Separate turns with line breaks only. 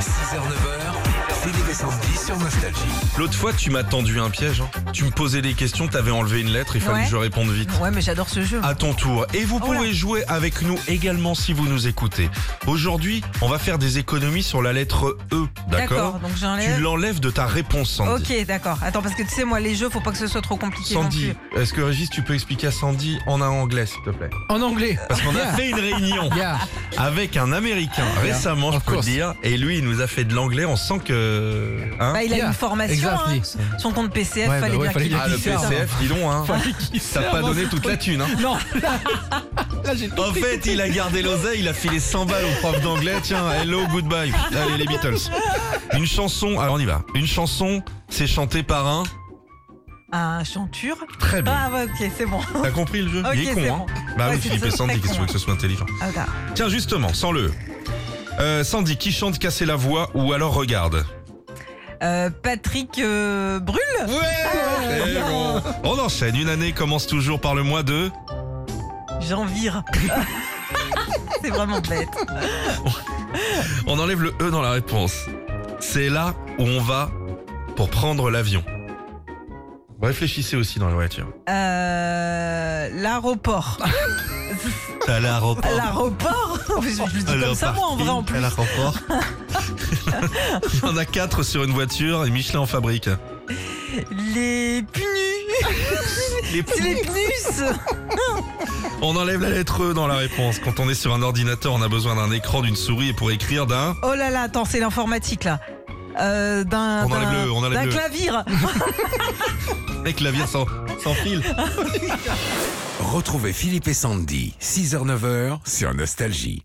6h, 9h, Philippe et Sandy sur Nostalgie.
L'autre fois, tu m'as tendu un piège. hein. Tu me posais des questions, t'avais enlevé une lettre, il fallait
Ouais.
que je réponde vite.
Ouais, mais j'adore ce
Ah,
jeu.
À ton tour. Et vous
Oh là.
pouvez jouer avec nous également si vous nous écoutez. Aujourd'hui, on va faire des économies sur la lettre E, d'accord
donc
Tu
j'enlève.
l'enlèves de ta réponse, Sandy.
Ok, d'accord. Attends, parce que tu sais, moi, les jeux, faut pas que ce soit trop compliqué. non
Sandy,
Hein
plus.
est-ce que Régis, tu peux expliquer à Sandy en un anglais, s'il te plaît
En anglais.
Parce qu'on a fait une réunion
Yeah.
avec un Américain récemment, je
Of
peux le
course.
dire, et lui, il nous a fait de l'anglais. On sent que, hein
Bah, il a
Yeah,
une formation, hein.
exactly.
son compte PCF,
Ouais, bah
fallait
ouais,
bien
fallait
qu'il
bien
Ah, le
qu'il serve.
PCF, dis donc, hein. T'as pas donné toute la thune, hein.
Non. Là, j'ai tout
En
fait.
fait, il a gardé l'oseille, il a filé 100 balles au prof d'anglais. Tiens, hello, goodbye. Allez, les Beatles. Une chanson, alors on y va. Une chanson, c'est chanté par un.
Un chanture.
Très bien.
Ah, ouais, ok, c'est bon.
T'as compris le jeu
Ok,
Il est con,
c'est
hein
bon.
Bah
Ouais,
oui,
c'est
Philippe et
très
Sandy,
con.
qu'est-ce que tu veux que ce soit intelligent
Ah, d'accord.
Tiens, justement, sans le. E. Euh, Sandy, qui chante Casser la voix ou alors regarde
Euh, Patrick euh, Brûle
Ouais c'est Eh bon. On enchaîne, une année commence toujours par le mois de...
J'en vire. c'est vraiment bête.
On enlève le E dans la réponse. C'est là où on va pour prendre l'avion. Réfléchissez aussi dans la voiture.
Euh, L'aéroport.
À l'aéroport.
L'aéroport Je je le dis comme ça, moi, en vrai, en plus.
Il y en a quatre sur une voiture et Michelin en fabrique.
Les PNUS
Les
C'est les PNUS
On enlève la lettre E dans la réponse. Quand on est sur un ordinateur, on a besoin d'un écran, d'une souris et pour écrire d'un...
Oh là là, attends, c'est l'informatique là. Euh, d'un
On enlève
d'un-
le- on enlève
d'un
le-
clavier.
Mec, la vie sans, sans fil.
Retrouvez Philippe et Sandy, 6h, 9h sur Nostalgie.